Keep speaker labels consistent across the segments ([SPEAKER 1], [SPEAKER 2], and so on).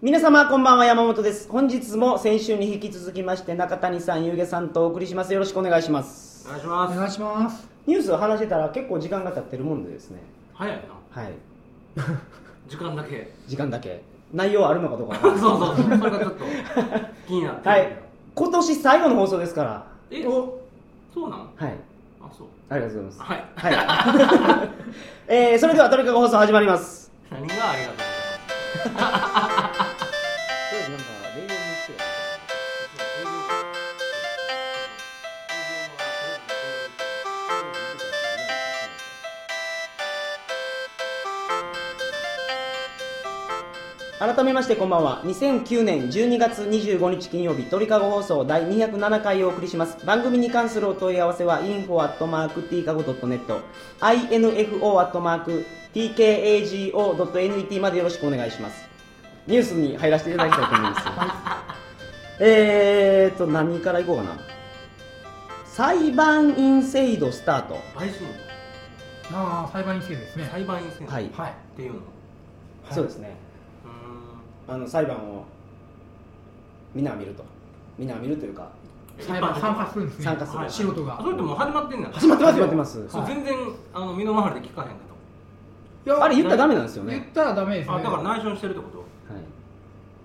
[SPEAKER 1] 皆様こんばんは山本です本日も先週に引き続きまして中谷さんゆうげさんとお送りしますよろしくお願いします
[SPEAKER 2] お願いし
[SPEAKER 3] お
[SPEAKER 2] ます
[SPEAKER 3] 願いします
[SPEAKER 1] ニュースを話してたら結構時間が経ってるもんでですね
[SPEAKER 2] 早いな
[SPEAKER 1] はい
[SPEAKER 2] 時間 だけ
[SPEAKER 1] 時間だけ内容あるのかどうかわかん
[SPEAKER 2] そ
[SPEAKER 1] な
[SPEAKER 2] う
[SPEAKER 1] い
[SPEAKER 2] そうそうそれがちょっと気になって
[SPEAKER 1] はい今年最後の放送ですから
[SPEAKER 2] えおそうなん
[SPEAKER 1] はい
[SPEAKER 2] あそう
[SPEAKER 1] ありがとうございます
[SPEAKER 2] はい
[SPEAKER 1] はい、 えー、それではトリカゴ放送始まります
[SPEAKER 2] 何がありがとうございます
[SPEAKER 1] なんかレイに改めましてこんばんは2009年12月25日金曜日鳥かご放送第207回をお送りします番組に関するお問い合わせは info.tkago.net info.tkago.net までよろしくお願いしますニュースに入らせていただきたいと思います、えーと何からいこうかな裁判員制度スタート
[SPEAKER 2] 陪審
[SPEAKER 3] ああ裁判員制度ですね
[SPEAKER 2] 裁判員制度
[SPEAKER 1] はい
[SPEAKER 3] は
[SPEAKER 2] っ
[SPEAKER 3] い
[SPEAKER 2] ていうのう
[SPEAKER 1] そうですね
[SPEAKER 2] ーん
[SPEAKER 1] あの裁判をみんなが見るとみんなが見るというか
[SPEAKER 3] 裁判参加するんですね
[SPEAKER 1] 参加する
[SPEAKER 3] はい素人が
[SPEAKER 2] あそれってもう始まってんねや
[SPEAKER 1] 始まってます始まってます
[SPEAKER 2] そう全然あの身の回りで聞かへんかと
[SPEAKER 3] いや
[SPEAKER 1] あれ言ったらダメなんですよね、
[SPEAKER 3] 言ったらダメですね
[SPEAKER 2] あだから内緒にしてるってこと
[SPEAKER 1] は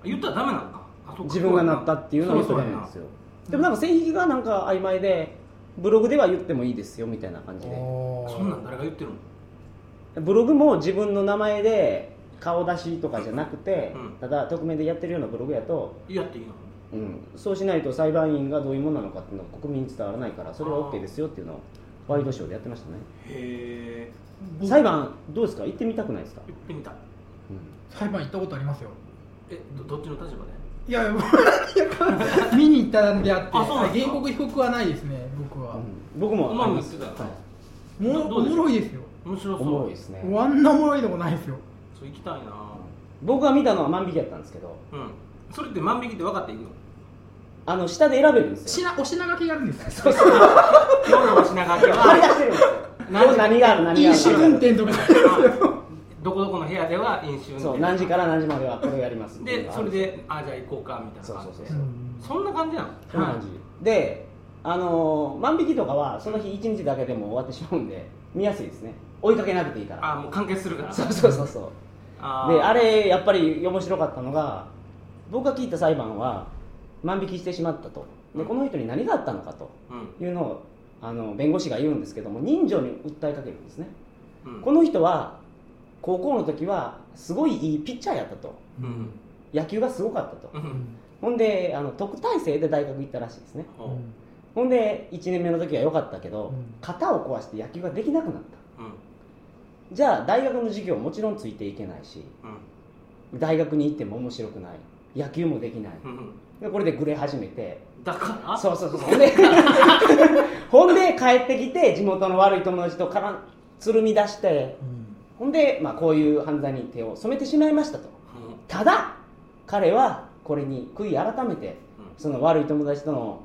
[SPEAKER 1] い
[SPEAKER 2] 言ったらダメなんかあそうか
[SPEAKER 1] 自分がなったっていうのは言っ
[SPEAKER 2] そ
[SPEAKER 1] た
[SPEAKER 2] う
[SPEAKER 1] らダ
[SPEAKER 2] や
[SPEAKER 1] メ
[SPEAKER 2] な
[SPEAKER 1] なんですよでもなんか性癖がなんか曖昧でブログでは言ってもいいですよみたいな感じで
[SPEAKER 3] おー
[SPEAKER 2] そんなん誰が言ってるの
[SPEAKER 1] ブログも自分の名前で顔出しとかじゃなくて、
[SPEAKER 2] うん
[SPEAKER 1] ただ匿名でやってるようなブログやと、
[SPEAKER 2] やっていいの
[SPEAKER 1] うん、そうしないと裁判員がどういうものなのかっていうのは国民に伝わらないからそれは OK ですよっていうのをワイドショーでやってましたね
[SPEAKER 2] へえ
[SPEAKER 3] 僕
[SPEAKER 1] 裁判どうですか行ってみたくないですか、
[SPEAKER 2] 言ってみた
[SPEAKER 3] 裁判行ったことありますよ
[SPEAKER 2] えどどっちの立場で
[SPEAKER 3] いや いや見に行ったんであって
[SPEAKER 2] あそうなんです
[SPEAKER 3] 原
[SPEAKER 2] か
[SPEAKER 3] 告被告はないですね僕は、
[SPEAKER 1] うん僕も
[SPEAKER 2] お前
[SPEAKER 1] あり
[SPEAKER 2] も
[SPEAKER 1] ま
[SPEAKER 2] 言っ
[SPEAKER 1] す
[SPEAKER 2] てた
[SPEAKER 1] はい
[SPEAKER 2] よ
[SPEAKER 3] おも
[SPEAKER 2] どうです
[SPEAKER 3] ろおもろいですよ
[SPEAKER 2] 面白
[SPEAKER 1] お
[SPEAKER 2] そう
[SPEAKER 1] もろいですね
[SPEAKER 3] あんなおもろいとこないですよ
[SPEAKER 2] そう行きたいな
[SPEAKER 1] 僕が見たのは万引きやったんですけど
[SPEAKER 2] うんそれって万引きって分かっていくの
[SPEAKER 1] あの下で選べるんです
[SPEAKER 3] し
[SPEAKER 1] よ
[SPEAKER 3] なお品書きがあるんですよ
[SPEAKER 2] 夜のしなが ら
[SPEAKER 1] 張り出
[SPEAKER 2] は
[SPEAKER 1] してるんですよ
[SPEAKER 2] 何
[SPEAKER 1] 何何がある何があ
[SPEAKER 3] 飲
[SPEAKER 1] る
[SPEAKER 3] 酒運転とか
[SPEAKER 2] どこどこの部屋では飲酒運
[SPEAKER 1] そう
[SPEAKER 2] 転
[SPEAKER 1] 何時から何時まではこれやります
[SPEAKER 2] でそれであじゃあ行こうかみたいな感じで
[SPEAKER 1] そうそう
[SPEAKER 2] そんな感じなの
[SPEAKER 1] そんな感じであのー万引きとかはその日1日だけでも終わってしまうんで見やすいですね追いかけなくていいから
[SPEAKER 2] あもう完結するから
[SPEAKER 1] そうそうそうそう
[SPEAKER 2] あー
[SPEAKER 1] であれやっぱり面白かったのが僕が聞いた裁判は万引きしてしまったとでこの人に何があったのかと
[SPEAKER 2] うん
[SPEAKER 1] いうのをあの弁護士が言うんですけども人情に訴えかけるんですね
[SPEAKER 2] うん
[SPEAKER 1] この人は高校の時はすごいいいピッチャーやったと
[SPEAKER 2] うん
[SPEAKER 1] 野球がすごかったと
[SPEAKER 2] うん
[SPEAKER 1] ほんであの特待生で大学行ったらしいですね
[SPEAKER 2] ほううん
[SPEAKER 1] ほんで1年目の時は良かったけど
[SPEAKER 3] うん
[SPEAKER 1] 型を壊して野球ができなくなったじゃあ大学の授業もちろんついていけないし
[SPEAKER 2] う
[SPEAKER 1] 大学に行っても面白くない野球もできない
[SPEAKER 2] んうん
[SPEAKER 1] でこれでグレ始めて
[SPEAKER 2] だから
[SPEAKER 1] そうそうそうほん でほんで帰ってきて地元の悪い友達とからつるみ出してほんで、まあ、こういう犯罪に手を染めてしまいましたと
[SPEAKER 2] うんうん
[SPEAKER 1] ただ彼はこれに悔い改めてその悪い友達との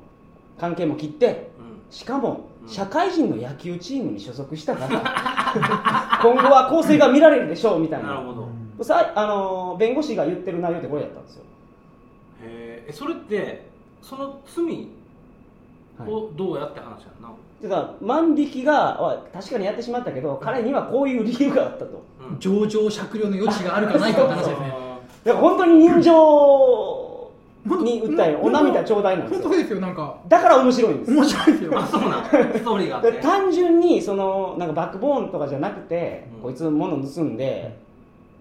[SPEAKER 1] 関係も切って
[SPEAKER 2] うん
[SPEAKER 1] しかも
[SPEAKER 2] うん
[SPEAKER 1] 社会人の野球チームに所属したから今後は構成が見られるでしょうみたい
[SPEAKER 2] なる
[SPEAKER 1] な
[SPEAKER 2] ほど
[SPEAKER 1] さあの弁護士が言ってる内容ってこれやったんですよ、
[SPEAKER 2] へーえそれってその罪
[SPEAKER 1] はい、
[SPEAKER 2] をどうやって話やんな
[SPEAKER 1] てか万引きがあ確かにやってしまったけど彼にはこういう理由があったと
[SPEAKER 2] うん
[SPEAKER 3] 上場酌量の余地があるかないかって話ですね
[SPEAKER 1] だから本当に人情
[SPEAKER 3] うん
[SPEAKER 1] に訴えるお涙ちょうだいなんで
[SPEAKER 3] 本
[SPEAKER 1] す
[SPEAKER 3] 当
[SPEAKER 1] よ
[SPEAKER 3] ですよなんか
[SPEAKER 1] だから面白いんです
[SPEAKER 3] 面白いですよ
[SPEAKER 2] あそう なんストーリーがあって
[SPEAKER 1] で単純にそのなんかバックボーンとかじゃなくて、
[SPEAKER 2] うん
[SPEAKER 1] こいつ物盗んで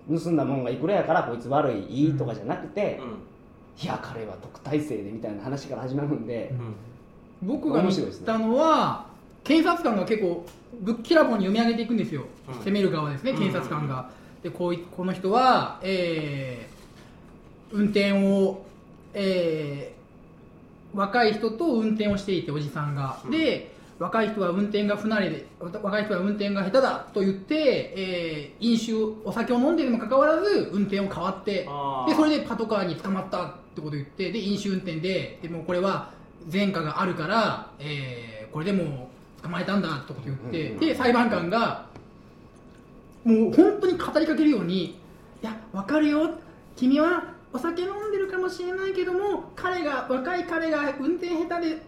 [SPEAKER 1] 盗んだもんがいくらやからこいつ悪いいいとかじゃなくて、
[SPEAKER 2] う
[SPEAKER 1] いや彼は特待生でみたいな話から始まるんで、
[SPEAKER 2] んうん
[SPEAKER 3] 僕が見たのは、検察官が結構ぶっきらぼうに読み上げていくんですよ、
[SPEAKER 2] うん
[SPEAKER 3] 攻める側ですね
[SPEAKER 2] うん
[SPEAKER 3] 検察官が、でこういこの人は、えー運転を、えー若い人と運転をしていておじさんが、
[SPEAKER 2] うん
[SPEAKER 3] で若い人は運転が不慣れでわた若い人は運転が下手だと言って、えー飲酒をお酒を飲んでるにもかかわらず運転を変わって
[SPEAKER 2] あー
[SPEAKER 3] でそれでパトカーに捕まったってこと言ってで飲酒運転ででもうこれは前科があるから、えーこれでもう捕まえたんだってこと言って、
[SPEAKER 1] うんうんうん
[SPEAKER 3] で裁判官がもう本当に語りかけるように「いや分かるよ君はお酒飲んでるかもしれないけども彼が若い彼が運転下手で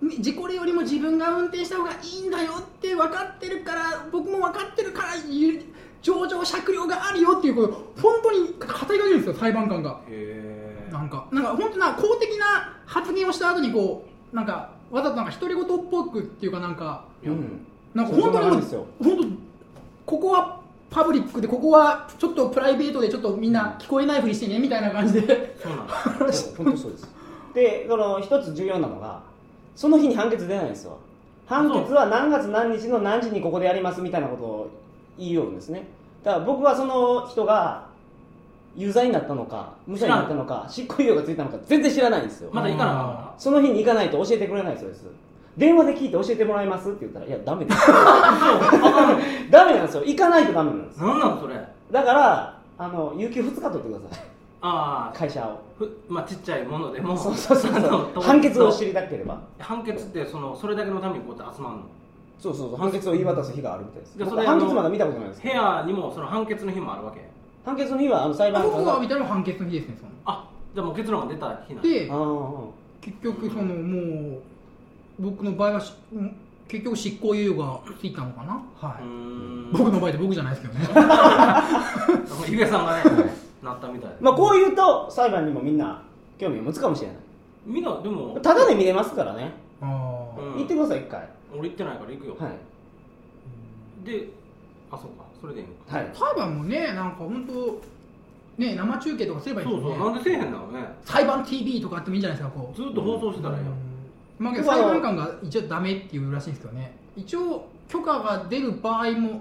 [SPEAKER 3] み事故るよりも自分が運転した方がいいんだよって分かってるから僕も分かってるからゆ情状酌量があるよっていうことを本当に語りかけるんですよ裁判官が。
[SPEAKER 2] へ
[SPEAKER 3] なんか、なんか本当な公的な発言をした後にこう、なんか、わざとなんか独り言っぽくっていうか、なんか、
[SPEAKER 2] え、うん、
[SPEAKER 3] なんか
[SPEAKER 1] そう
[SPEAKER 3] 本当に
[SPEAKER 1] そう
[SPEAKER 3] も
[SPEAKER 1] なん
[SPEAKER 3] う
[SPEAKER 1] ですよ
[SPEAKER 3] 本当、ここはパブリックで、ここはちょっとプライベートで、ちょっとみんな聞こえないふりしてねみたいな感じ で、
[SPEAKER 2] そうなんだ
[SPEAKER 1] そう本当そうですでこの一つ重要なのがその日に判決出ないんですよ判決は何月何日の何時にここでやりますみたいなことを言いよるんですねだから僕はその人が有罪になったのか無罪になったのか執行猶予がついたのか全然知らないんですよ、
[SPEAKER 2] まだ行かなかったな
[SPEAKER 1] その日に行かないと教えてくれないそうです電話で聞いて教えてもらいますって言ったらいやダメです ダメなんですよ行かないとダメなんです
[SPEAKER 2] なんなのそれ
[SPEAKER 1] だからあの有給2日取ってください
[SPEAKER 2] ああ
[SPEAKER 1] 会社を
[SPEAKER 2] ふまあちっちゃいものでも
[SPEAKER 1] そうそうそうそ
[SPEAKER 2] あの
[SPEAKER 1] う
[SPEAKER 2] と
[SPEAKER 1] 判決を知りたければ
[SPEAKER 2] 判決ってそのそれだけのためにこうやって集まるの
[SPEAKER 1] そうそうそう判決を言い渡す日があるみたいです
[SPEAKER 2] じゃあ
[SPEAKER 1] 僕
[SPEAKER 2] それ
[SPEAKER 1] 判
[SPEAKER 2] あ
[SPEAKER 1] 決
[SPEAKER 2] の
[SPEAKER 1] まだ見たことないです
[SPEAKER 2] 部屋にもその判決の日もあるわけ
[SPEAKER 1] 判決の日はあの裁判
[SPEAKER 3] 僕
[SPEAKER 1] 官が
[SPEAKER 3] は
[SPEAKER 1] あ
[SPEAKER 3] みたいな判決の日ですね、その
[SPEAKER 2] あじゃあもう結論が出た日なんだ
[SPEAKER 3] で、
[SPEAKER 1] あ
[SPEAKER 3] 結局、そのもう、僕の場合はし、うん結局、執行猶予がついたのかな、は
[SPEAKER 2] う
[SPEAKER 3] い
[SPEAKER 2] ーん
[SPEAKER 3] 僕の場合で僕じゃないですけどね。
[SPEAKER 2] ゆげさんがねなったみたいで
[SPEAKER 1] まあこう言うと裁判にもみんな興味を持つかもしれない
[SPEAKER 2] みんなでも
[SPEAKER 1] ただで見れますからね
[SPEAKER 3] あー
[SPEAKER 2] うん
[SPEAKER 1] 行ってください一回は
[SPEAKER 2] 俺行ってないから行くよ
[SPEAKER 1] い
[SPEAKER 2] であそうかそれでいいのか
[SPEAKER 1] はい
[SPEAKER 3] 裁判もね、なんか本当、ね、生中継とかすればいいん
[SPEAKER 2] そう
[SPEAKER 3] ですよ
[SPEAKER 2] そ
[SPEAKER 3] ね
[SPEAKER 2] うなんでせえへんなのね
[SPEAKER 3] 裁判 TV とかあってもいいんじゃないですか、こう。
[SPEAKER 2] ずっと放送してたらええやん
[SPEAKER 3] まあ、
[SPEAKER 1] 僕は
[SPEAKER 3] 裁判官が一応ダメっていうらしいんですけどね、一応、許可が出る場合も、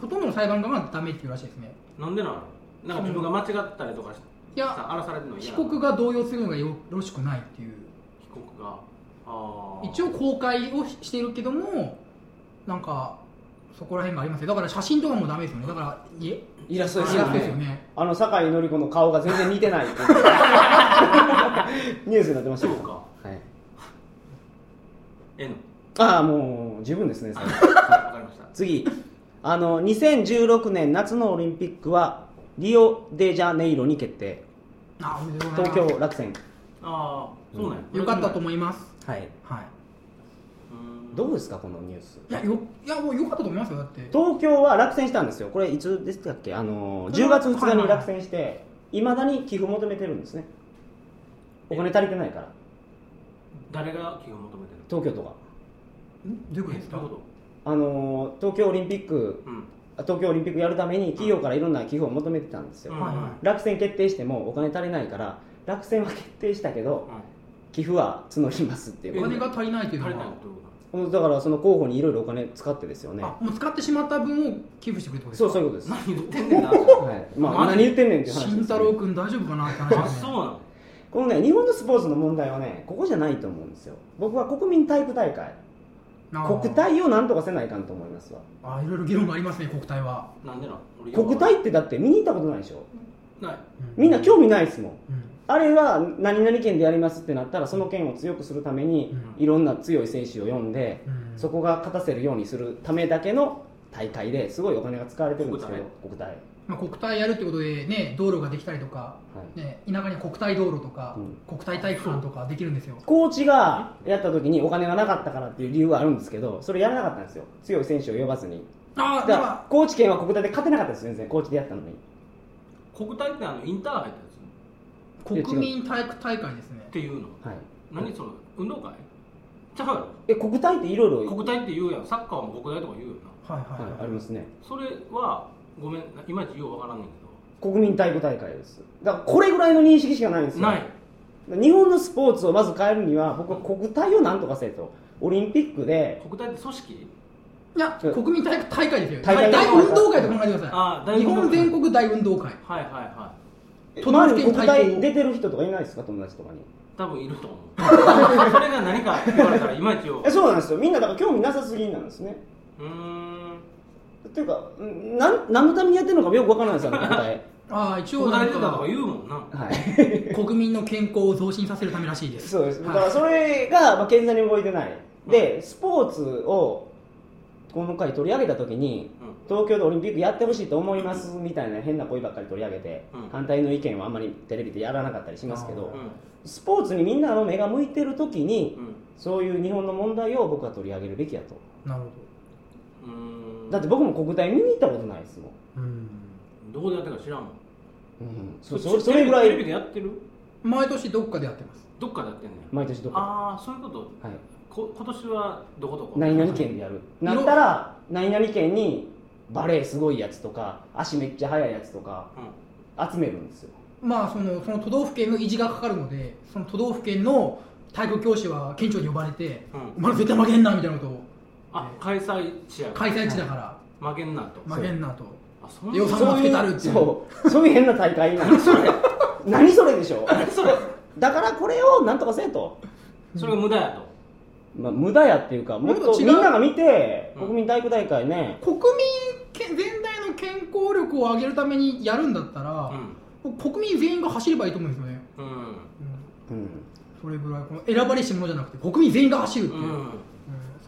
[SPEAKER 3] ほとんどの裁判官がダメっていうらしいですね。
[SPEAKER 2] なんでなのなんか自分が間違ったりとかし
[SPEAKER 3] いや、
[SPEAKER 2] さ荒らされるの
[SPEAKER 3] 被
[SPEAKER 2] 嫌なの
[SPEAKER 3] 告が動揺するのがよろしくないっていう、
[SPEAKER 2] 被告があー
[SPEAKER 3] 一応公開をしてるけども、なんか、そこら辺がありますよ、だから写真とかもダメですよね、だから、いえ、
[SPEAKER 1] イラスト
[SPEAKER 3] そ
[SPEAKER 1] です
[SPEAKER 2] イ
[SPEAKER 3] う
[SPEAKER 1] よ
[SPEAKER 2] ラスト
[SPEAKER 3] ですよ
[SPEAKER 1] ね
[SPEAKER 3] ね。
[SPEAKER 1] あの酒井紀子の顔が全然似て ないっていうニュースになってました
[SPEAKER 2] そ
[SPEAKER 1] よ
[SPEAKER 2] うか
[SPEAKER 1] はい
[SPEAKER 2] ええの
[SPEAKER 1] ああもう十分ですねそれ
[SPEAKER 2] はいわかりました
[SPEAKER 1] 次あの2016年夏のオリンピックはリオデジャネイロに決定
[SPEAKER 3] あおめでとうござい
[SPEAKER 1] 東
[SPEAKER 3] ます
[SPEAKER 1] 京落選
[SPEAKER 2] ああそうなんや
[SPEAKER 3] よかったと
[SPEAKER 2] う
[SPEAKER 3] 思います。
[SPEAKER 1] はい
[SPEAKER 3] はい
[SPEAKER 2] うん
[SPEAKER 1] どうですかこのニュース
[SPEAKER 3] いや、よ、いや、もう良かったと思いますよ、だって。
[SPEAKER 1] 東京は落選したんですよこれいつでしたっけあのー10月2日に落選していまだに寄付求めてるんですねお金足りてないから
[SPEAKER 2] 誰が寄付を求めてる
[SPEAKER 1] 東京都が
[SPEAKER 3] んどういうことです
[SPEAKER 2] ど
[SPEAKER 3] か
[SPEAKER 2] ういうこ
[SPEAKER 1] あのー東京オリンピック
[SPEAKER 2] とうん
[SPEAKER 1] あ東京オリンピックやるために企業からいろんな寄付を求めてたんですよ、
[SPEAKER 2] うん
[SPEAKER 3] はいは
[SPEAKER 1] 落選決定してもお金足りないから落選は決定したけど寄付は募りますってい
[SPEAKER 3] お
[SPEAKER 1] う
[SPEAKER 3] 金が足りないって
[SPEAKER 2] う
[SPEAKER 3] い
[SPEAKER 2] ん
[SPEAKER 3] うの
[SPEAKER 2] 足りな
[SPEAKER 3] は
[SPEAKER 2] いことどういうこ
[SPEAKER 1] このだからその候補にいろいろお金使ってですよね
[SPEAKER 3] あもう使ってしまった分を寄付してくれってことです
[SPEAKER 1] そ
[SPEAKER 3] か
[SPEAKER 1] うそういうことです
[SPEAKER 2] と、何言ってんねんな
[SPEAKER 1] はいまあ、
[SPEAKER 2] マジ
[SPEAKER 1] 何言ってんねんっていう話です、
[SPEAKER 3] 慎太郎君大丈夫かなって話
[SPEAKER 2] あ
[SPEAKER 3] です
[SPEAKER 2] そう
[SPEAKER 3] ね
[SPEAKER 2] なの
[SPEAKER 1] このね日本のスポーツの問題はねここじゃないと思うんですよ僕は国民体育大会
[SPEAKER 3] なあ
[SPEAKER 1] 国体をなんとかせないかんと思いますわ
[SPEAKER 3] あいろいろ議論がありますね国体は、
[SPEAKER 2] なんでなの俺
[SPEAKER 1] 国体ってだって見に行ったことないでしょ
[SPEAKER 2] ない
[SPEAKER 1] みんな興味ないですもん
[SPEAKER 3] うん
[SPEAKER 1] あれは何々県でやりますってなったらその県を強くするために
[SPEAKER 3] うん
[SPEAKER 1] いろんな強い選手を呼んで
[SPEAKER 3] うん
[SPEAKER 1] そこが勝たせるようにするためだけの大会ですごいお金が使われてるんですけど国体
[SPEAKER 3] まあ、国体やるってことでね道路ができたりとか、
[SPEAKER 1] はい
[SPEAKER 3] ね、田舎には国体道路とか、
[SPEAKER 1] うん
[SPEAKER 3] 国体体育館とかできるんですよ
[SPEAKER 1] コーチがやった時にお金がなかったからっていう理由はあるんですけどそれやらなかったんですよ強い選手を呼ばずに
[SPEAKER 3] あ
[SPEAKER 1] だ
[SPEAKER 3] あ
[SPEAKER 1] か
[SPEAKER 3] だ
[SPEAKER 1] ら
[SPEAKER 3] か
[SPEAKER 1] 高知県は国体で勝てなかったです全然高知でやったのに
[SPEAKER 2] 国体ってあのインターハイってや
[SPEAKER 3] ら国民体育大会ですね
[SPEAKER 2] つっていうの
[SPEAKER 1] はい
[SPEAKER 2] 何その運動会ちゃうや
[SPEAKER 1] え国体っていろいろ
[SPEAKER 2] ろ国体って言うやんサッカーも国体とか言うよな
[SPEAKER 3] はいはい、
[SPEAKER 1] はい
[SPEAKER 3] は
[SPEAKER 1] あ
[SPEAKER 3] い
[SPEAKER 1] りますね
[SPEAKER 2] それはごめんいまいちようわからんねんけ
[SPEAKER 1] 国民体育大会ですだからこれぐらいの認識しかないんです
[SPEAKER 2] ど
[SPEAKER 1] よ
[SPEAKER 2] ない
[SPEAKER 1] 日本のスポーツをまず変えるには僕は国体をなんとかせえとオリンピックで
[SPEAKER 2] 国体って組織
[SPEAKER 3] いや国民体育大会ですよ
[SPEAKER 1] 大
[SPEAKER 3] 大
[SPEAKER 1] 会
[SPEAKER 3] 運動会と考えてくださ
[SPEAKER 2] ああ
[SPEAKER 3] い日本全国大運動会
[SPEAKER 2] はいはいはい
[SPEAKER 1] 都内に
[SPEAKER 3] 都道府県
[SPEAKER 1] 国
[SPEAKER 3] 対抗
[SPEAKER 1] 体出てる人とかいないですか友達とかに
[SPEAKER 2] 多分いると思う それが何か言われたらいまいちよ
[SPEAKER 1] えそうなんですよみんなだから興味なさすぎなんですね
[SPEAKER 2] ううーん
[SPEAKER 1] っていうかんなん何のためにやってるのかよくわからないですよね国体
[SPEAKER 3] ああ一応
[SPEAKER 2] 国
[SPEAKER 3] な
[SPEAKER 2] 体
[SPEAKER 3] ん
[SPEAKER 2] 出たとか
[SPEAKER 3] か
[SPEAKER 2] 言うもんな
[SPEAKER 1] はい
[SPEAKER 3] 国民の健康を増進させるためらしいです
[SPEAKER 1] そうです、
[SPEAKER 3] はい
[SPEAKER 1] だからそれが、まあ、健全に動いてない、でスポーツをこの回取り上げた時に
[SPEAKER 2] うん
[SPEAKER 1] 東京でオリンピックやってほしいと思いますみたいな変な声ばっかり取り上げて、
[SPEAKER 2] うん
[SPEAKER 1] 反対の意見はあんまりテレビでやらなかったりしますけど、
[SPEAKER 2] う
[SPEAKER 3] あ
[SPEAKER 2] ん
[SPEAKER 1] スポーツにみんなの目が向いてる時に
[SPEAKER 2] うん
[SPEAKER 1] そういう日本の問題を僕は取り上げるべきやと
[SPEAKER 3] なるほ
[SPEAKER 2] うーん
[SPEAKER 1] だって僕も国体見に行ったことないですもん、
[SPEAKER 3] ど
[SPEAKER 2] ど
[SPEAKER 3] うん
[SPEAKER 2] こでやってるか知らんもん
[SPEAKER 1] うん、そ
[SPEAKER 2] そっち
[SPEAKER 1] そそれぐら
[SPEAKER 2] テレビ
[SPEAKER 1] い
[SPEAKER 2] でやってる
[SPEAKER 3] 毎年どっかでやってます
[SPEAKER 2] どっかでやってんのよ
[SPEAKER 1] 毎年どこか
[SPEAKER 2] ああそういうこと
[SPEAKER 1] はい
[SPEAKER 2] こ今年はどことこ
[SPEAKER 1] 何々県でやるなったら何々県にバレエすごいやつとか足めっちゃ速いやつとか
[SPEAKER 2] うん
[SPEAKER 1] 集めるんですよ
[SPEAKER 3] まあそのその都道府県の維持がかかるのでその都道府県の体育教師は県庁に呼ばれて
[SPEAKER 2] うん
[SPEAKER 3] 「お前ら絶対負けんな」みたいなことを
[SPEAKER 2] あ開催地や
[SPEAKER 3] 開催地だから
[SPEAKER 2] 負けんなと
[SPEAKER 1] い
[SPEAKER 3] 負けんなと
[SPEAKER 2] あそん
[SPEAKER 3] 予
[SPEAKER 2] な
[SPEAKER 3] 算が
[SPEAKER 1] そう
[SPEAKER 3] つ
[SPEAKER 1] い
[SPEAKER 3] けたる
[SPEAKER 1] う
[SPEAKER 3] っていう
[SPEAKER 1] そうそういう変な大会なんですよ何それでしょ
[SPEAKER 2] それ
[SPEAKER 1] だからこれをなんとかせえと、
[SPEAKER 2] それが無駄やと
[SPEAKER 1] まあ、無駄やっていうかもっ
[SPEAKER 3] もっ
[SPEAKER 1] と
[SPEAKER 3] と違
[SPEAKER 1] み
[SPEAKER 3] うん
[SPEAKER 1] なが見て
[SPEAKER 2] うん
[SPEAKER 1] 国民体育大会ね
[SPEAKER 3] 国民け全体の健康力を上げるためにやるんだった
[SPEAKER 2] う
[SPEAKER 3] ら、
[SPEAKER 2] ん
[SPEAKER 3] 国民全員が走ればいいと思うんですよね、
[SPEAKER 2] うん
[SPEAKER 1] うん
[SPEAKER 3] それぐらいこの選ばれし者じゃなくて国民全員が走るっていう、
[SPEAKER 2] う
[SPEAKER 3] うん
[SPEAKER 2] ん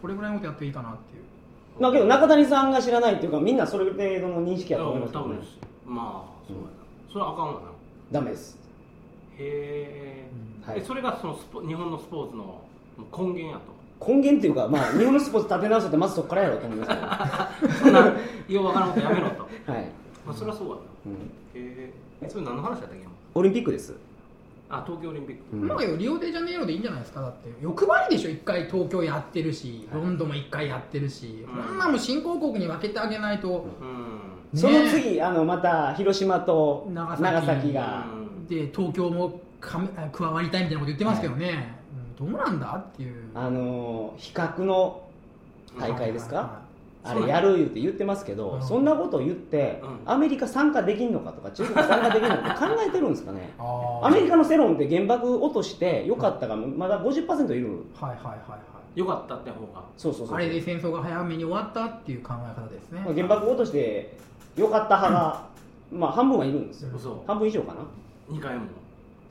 [SPEAKER 3] それぐらいのことやっていいかなっていう
[SPEAKER 1] まあけど中谷さんが知らないっていうかみんなそれ程度の認識
[SPEAKER 2] い
[SPEAKER 1] や
[SPEAKER 2] や
[SPEAKER 1] と思い
[SPEAKER 2] も
[SPEAKER 1] ま
[SPEAKER 2] う
[SPEAKER 1] すけ
[SPEAKER 2] 多
[SPEAKER 1] どね
[SPEAKER 2] 分まあそうやなそれはあかんわな
[SPEAKER 1] ダメです
[SPEAKER 2] へー
[SPEAKER 1] はい
[SPEAKER 2] えそれがそのスポ日本のスポーツの根源やと
[SPEAKER 1] 根源っていうかまあ日本のスポーツ立て直すってまずそこからやろうと思いますけどは
[SPEAKER 2] そ んなようわからんことやめろと
[SPEAKER 1] い、
[SPEAKER 2] まあそれはそうやな
[SPEAKER 1] うん
[SPEAKER 2] へえそれ何の話やったっけ今
[SPEAKER 1] オリンピックです
[SPEAKER 2] あ東京オリンピック
[SPEAKER 1] うん
[SPEAKER 3] まあよリオデジャネイロでいいんじゃないですかだって欲張りでしょ一回東京やってるし、
[SPEAKER 1] はい
[SPEAKER 3] ロンドンも一回やってるし、
[SPEAKER 2] うん
[SPEAKER 3] こんなもん新興国に分けてあげないと、
[SPEAKER 2] うん
[SPEAKER 1] その次、あのまた広島と
[SPEAKER 3] 長
[SPEAKER 1] 長
[SPEAKER 3] 崎
[SPEAKER 1] 崎
[SPEAKER 2] う
[SPEAKER 1] が、
[SPEAKER 2] ん
[SPEAKER 3] で東京もかめあ加わりたいみたいなこと言ってますけどね、うんどうなんだっていう
[SPEAKER 1] あの比較の大会です
[SPEAKER 3] はいはいは
[SPEAKER 1] か、
[SPEAKER 3] い
[SPEAKER 1] あれやる言って言ってますけど、
[SPEAKER 3] うん、
[SPEAKER 1] そんなこと言って、
[SPEAKER 2] うん
[SPEAKER 1] アメリカ参加できんのかとか、中国参加できんのかって考えてるんですかね
[SPEAKER 3] あー
[SPEAKER 1] アメリカの世論って原爆落としてよかったが、まだ50%いる、
[SPEAKER 3] はいはいはいはい
[SPEAKER 2] よかったって方が
[SPEAKER 1] そうそうそう、
[SPEAKER 3] あれで戦争が早めに終わったっていう考え方ですね
[SPEAKER 1] まあ原爆落としてよかった派が、まあ、半分はいるんですよ、
[SPEAKER 2] 嘘
[SPEAKER 1] 半分以上かな、
[SPEAKER 2] 2回も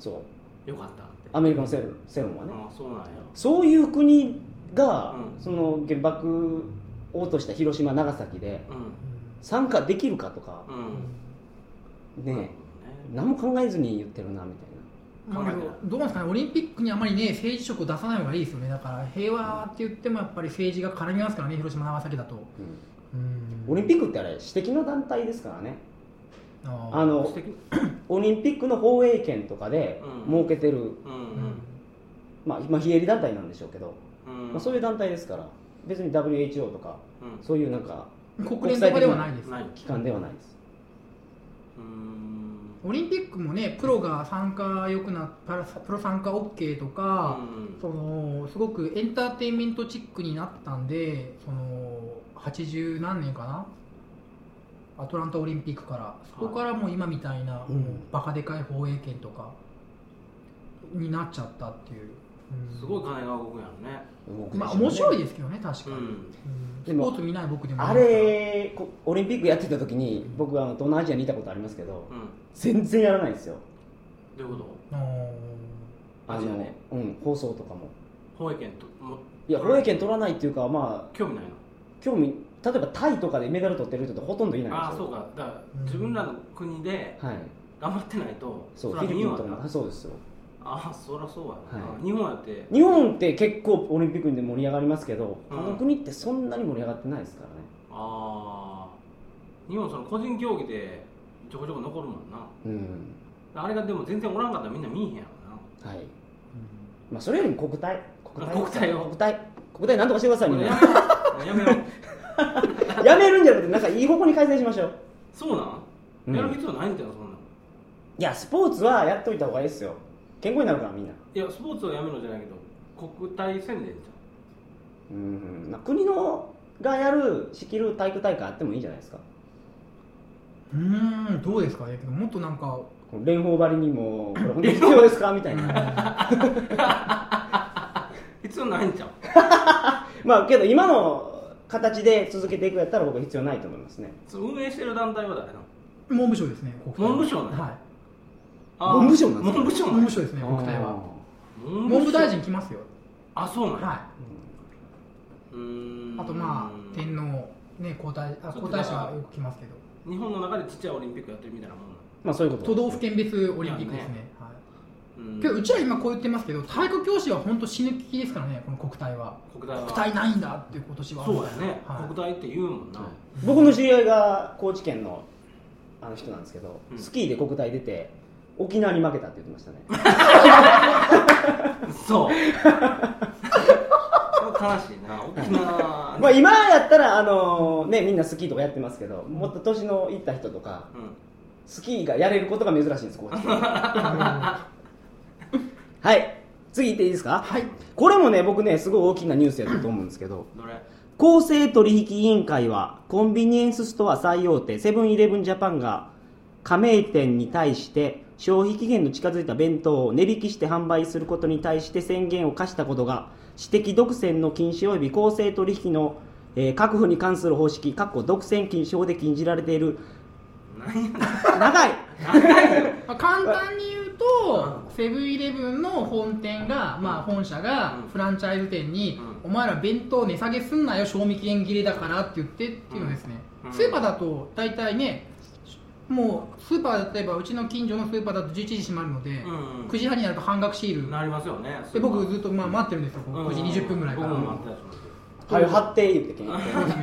[SPEAKER 1] そう、
[SPEAKER 2] よかったって
[SPEAKER 1] アメリカの世論世論はね。
[SPEAKER 2] あそうなんや
[SPEAKER 1] そういう国が、
[SPEAKER 2] うん
[SPEAKER 1] その原爆を落とした広島、長崎で
[SPEAKER 2] うん
[SPEAKER 1] 参加できるかとか、
[SPEAKER 2] うん、
[SPEAKER 1] ねえ何も考えずに言ってるなみたい
[SPEAKER 3] まあけどどうなんですかねオリンピックにあまりね政治色を出さない方がいいですよねだから平和って言ってもやっぱり政治が絡みますからね広島長崎だと、
[SPEAKER 1] な、
[SPEAKER 3] うん
[SPEAKER 1] オリンピックってあれ、私的な団体ですからね、
[SPEAKER 3] あー
[SPEAKER 1] あ
[SPEAKER 2] うん、
[SPEAKER 1] の
[SPEAKER 2] 素敵うん
[SPEAKER 1] オリンピックの放映権とかで
[SPEAKER 2] うん
[SPEAKER 1] 設けてる、
[SPEAKER 2] うん
[SPEAKER 1] まあ、まあ非営利団体なんでしょうけど、
[SPEAKER 2] うん
[SPEAKER 1] まあ、そういう団体ですから、別に WHO とか、
[SPEAKER 2] うん
[SPEAKER 1] そういうなんか
[SPEAKER 3] うん国連とかではないです
[SPEAKER 2] ない
[SPEAKER 1] 機関ではないです。
[SPEAKER 2] うん
[SPEAKER 3] オリンピックもねプロが参加よくなパラプロ参加 OK とか、
[SPEAKER 2] うん
[SPEAKER 3] そのすごくエンターテインメントチックになったんでその80何年かなアトランタオリンピックからそこからもう今みたいな、
[SPEAKER 1] うん
[SPEAKER 3] もうバカでかい放映権とかになっちゃったっていう、うん
[SPEAKER 2] すごい金が動くんやろね
[SPEAKER 1] 動くでしょうね
[SPEAKER 3] まあ面白いですけどね確かに、
[SPEAKER 2] うん
[SPEAKER 3] うん
[SPEAKER 1] でも
[SPEAKER 3] スポーツ見ない僕でも
[SPEAKER 1] あれこオリンピックやってた時に僕はあの東南アジアにいたことありますけど
[SPEAKER 2] うん
[SPEAKER 1] 全然やらないんですよ
[SPEAKER 2] どういうこ
[SPEAKER 3] あー
[SPEAKER 1] あ
[SPEAKER 2] アジア
[SPEAKER 1] の
[SPEAKER 2] ね、
[SPEAKER 1] うん、放送とかも
[SPEAKER 2] と放映権とも
[SPEAKER 1] いや放映権取らないっていうかま
[SPEAKER 2] 興味ないの
[SPEAKER 1] あ興味例えばタイとかでメダル取ってる人ってほとんどいないんですよ
[SPEAKER 2] ああそうかだから
[SPEAKER 3] うん
[SPEAKER 2] 自分らの国で
[SPEAKER 1] はい
[SPEAKER 2] 頑張ってないと
[SPEAKER 1] そう
[SPEAKER 2] れ
[SPEAKER 1] フ
[SPEAKER 2] は
[SPEAKER 1] ィリ
[SPEAKER 2] 見
[SPEAKER 1] ピ
[SPEAKER 2] ん
[SPEAKER 1] ン
[SPEAKER 2] わ
[SPEAKER 1] とか
[SPEAKER 2] な
[SPEAKER 1] もあそうですよ
[SPEAKER 2] ああそりゃそうやな、
[SPEAKER 1] はい
[SPEAKER 2] 日本やって
[SPEAKER 1] 日本って結構オリンピックで盛り上がりますけど
[SPEAKER 2] うん
[SPEAKER 1] 他の国ってそんなに盛り上がってないですからね
[SPEAKER 2] ああ日本その個人競技でちょこちょこ残るもんな
[SPEAKER 1] うん
[SPEAKER 2] あれがでも全然おらんかったらみんな見えへんや
[SPEAKER 1] はい
[SPEAKER 3] うん
[SPEAKER 1] まあそれよりも国体国体
[SPEAKER 2] 国体を
[SPEAKER 1] 国体国体なんとかしてください
[SPEAKER 2] ろ
[SPEAKER 1] みん
[SPEAKER 2] な
[SPEAKER 1] な
[SPEAKER 2] これやめろやめろ
[SPEAKER 1] やめるんじゃなくてなんかいい方向に改善しましょう
[SPEAKER 2] そうなん、
[SPEAKER 1] うん
[SPEAKER 2] やる必要ないんだよそんなん
[SPEAKER 1] いや、スポーツはやっといた方がいいですよ。健康になるから、みんな。
[SPEAKER 2] いやスポーツはやめろじゃないけど国体宣伝
[SPEAKER 1] う
[SPEAKER 2] じ
[SPEAKER 1] ん、な国のがやる、仕切る体育大会あってもいいんじゃないですか。
[SPEAKER 3] うんうんどうですかねけどもっとなんか
[SPEAKER 1] この蓮舫張りにも、これ本当に必要ですかみたいな。
[SPEAKER 2] ゃん必要ないんじゃん
[SPEAKER 1] まあ、けど今の形で続けていくやったら僕は必要ないと思いますね。
[SPEAKER 2] その運営してる団体は誰なの
[SPEAKER 3] 文部省ですね国体
[SPEAKER 2] 文部省なの
[SPEAKER 3] は
[SPEAKER 2] あー
[SPEAKER 1] 文部省なんですか
[SPEAKER 2] 文部
[SPEAKER 3] い
[SPEAKER 2] 省な
[SPEAKER 3] 文
[SPEAKER 2] ん
[SPEAKER 3] 部省ですね国体は
[SPEAKER 2] 文
[SPEAKER 3] 文部
[SPEAKER 2] 部省
[SPEAKER 3] 大臣来ますよ
[SPEAKER 2] あそうなんや
[SPEAKER 3] は
[SPEAKER 1] あー。
[SPEAKER 2] うん
[SPEAKER 3] あとまあ天皇、ね、皇太あ皇太子はよく来ますけど
[SPEAKER 2] 日本の中でちっちゃいオリンピックやってるみたいなもんな
[SPEAKER 1] まあそういうこと
[SPEAKER 3] 都道府県別オリンピックですねはい
[SPEAKER 2] のうん
[SPEAKER 3] けどうちら今こう言ってますけど体育教師は本当死ぬ気ですからねこの国体は
[SPEAKER 2] 国体は
[SPEAKER 3] 国体ないんだっていう今年は
[SPEAKER 2] そうだよね、
[SPEAKER 3] はい
[SPEAKER 2] 国体って言うもんな、
[SPEAKER 1] 僕の知り合いが高知県のあの人なんですけど、
[SPEAKER 2] うん
[SPEAKER 1] スキーで国体出て沖縄に負けたって言ってましたね
[SPEAKER 2] そう悲しいな沖縄
[SPEAKER 1] まあ今やったらあの、ね、みんなスキーとかやってますけどもっと年のいった人とか
[SPEAKER 2] うん
[SPEAKER 1] スキーがやれることが珍しいんです高知県
[SPEAKER 3] は
[SPEAKER 1] はい次行っていいですか
[SPEAKER 3] い
[SPEAKER 1] これもね僕ねすごい大きなニュースやったと思うんですけど
[SPEAKER 2] どれ
[SPEAKER 1] 公正取引委員会はコンビニエンスストア最大手セブンイレブンジャパンが加盟店に対して消費期限の近づいた弁当を値引きして販売することに対して宣言を課したことが私的独占の禁止及び公正取引の、えー確保に関する方式確保独占禁止法で禁じられている
[SPEAKER 2] 何や
[SPEAKER 1] 長い
[SPEAKER 3] まあ簡単に言うとセブンイレブンの本店が、まあ、本社が
[SPEAKER 2] うん
[SPEAKER 3] フランチャイズ店に、
[SPEAKER 2] う
[SPEAKER 3] お前ら弁当値下げすんなよ賞味期限切れだからって言ってっていうのですね、
[SPEAKER 2] うん
[SPEAKER 3] スーパーだと大体ねもうスーパー例えばうちの近所のスーパーだと11時閉まるので、
[SPEAKER 2] うん
[SPEAKER 3] 9時半になると半額シール
[SPEAKER 2] なりますよね
[SPEAKER 3] で僕ずっとまあ待ってるんですよ、こう9時20分ぐらいから、
[SPEAKER 2] うんうんうん僕も待って
[SPEAKER 1] はい貼って言ってけん
[SPEAKER 2] たします